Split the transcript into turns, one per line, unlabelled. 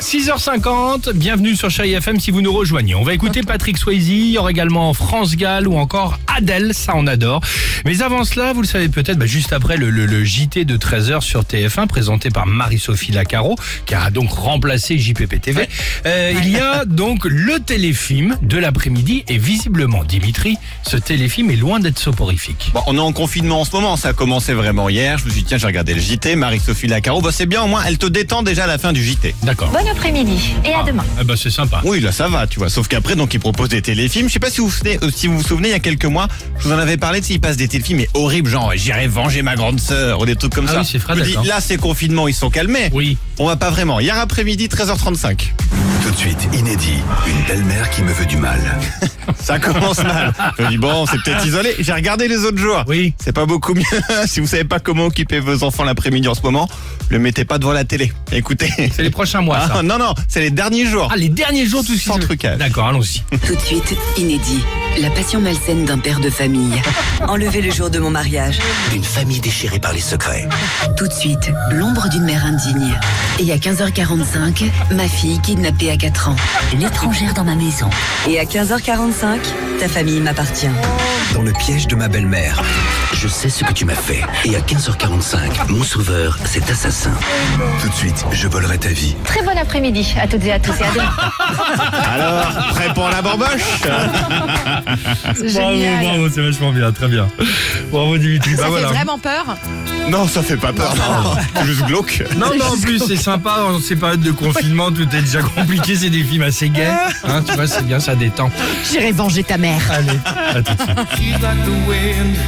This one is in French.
6h50, bienvenue sur Chai FM si vous nous rejoignez. On va écouter Patrick Swayze, il y aura également France Gall ou encore Adèle, ça on adore. Mais avant cela, vous le savez peut-être, bah, juste après le, le- le JT de 13h sur TF1 présenté par Marie-Sophie Lacaro, qui a donc remplacé JPP TV, euh, il y a donc le téléfilm de l'après-midi et visiblement Dimitri, ce téléfilm est loin d'être soporifique.
Bon, on est en confinement en ce moment, ça a commencé vraiment hier. Je me suis dit, tiens, j'ai regardé le JT, Marie-Sophie Lacaro, bah, c'est bien, au moins, elle te détend déjà à la fin du JT.
D'accord.
Bon après-midi et à demain.
Ah bah c'est sympa.
Oui, là, ça va, tu vois. Sauf qu'après, donc, il propose des téléfilms. Je sais pas si vous vous souvenez, euh, si vous vous souvenez, il y a quelques mois, je vous en avais parlé, tu sais, il passe des téléfilms, mais horribles, genre, euh, j'irai venger ma grande sœur, ou des trucs comme
Ah
ça.
oui, c'est Fred,
Je me dis,
hein.
là, c'est confinement, ils sont calmés.
Oui.
On va pas vraiment. Hier après-midi, 13h35.
Tout de suite, inédit, une belle-mère qui me veut du mal.
Ça commence mal. Je me dis, bon, c'est peut-être isolé. J'ai regardé les autres jours.
Oui.
C'est pas beaucoup mieux. si vous savez pas comment occuper vos enfants l'après-midi en ce moment, le mettez pas devant la télé. Écoutez.
C'est les prochains mois
Ah,
ça.
non, non, c'est les derniers jours.
Ah les derniers jours tout ce qui
Sans
se-
trucage.
D'accord, allons-y.
Tout de suite, inédit. La passion malsaine d'un père de famille. Enlevé le jour de mon mariage.
Une famille déchirée par les secrets.
Tout de suite, l'ombre d'une mère indigne. Et à 15h45, ma fille kidnappée à 4 ans. L'étrangère dans ma maison. Et à 15h45, ta famille m'appartient.
Dans le piège de ma belle-mère. Je sais ce que tu m'as fait. Et à 15h45, mon sauveur, cet assassin. Tout de suite, je volerai ta vie.
Très bon après-midi à toutes et à tous et à demain.
Ah. Alors, prêt pour la borboche
Bravo,
Génial.
bravo, c'est vachement bien, très bien. Bravo Dimitri.
Ça
Bah
fait
voilà.
vraiment peur.
Non, ça fait pas peur. non. C'est Juste glauque.
Non, mais en plus, c'est sympa, en ces périodes de confinement, tout est déjà compliqué, c'est des films assez gays. Hein, tu vois, c'est bien, ça détend.
J'irai venger ta mère.
Allez, à tout de suite.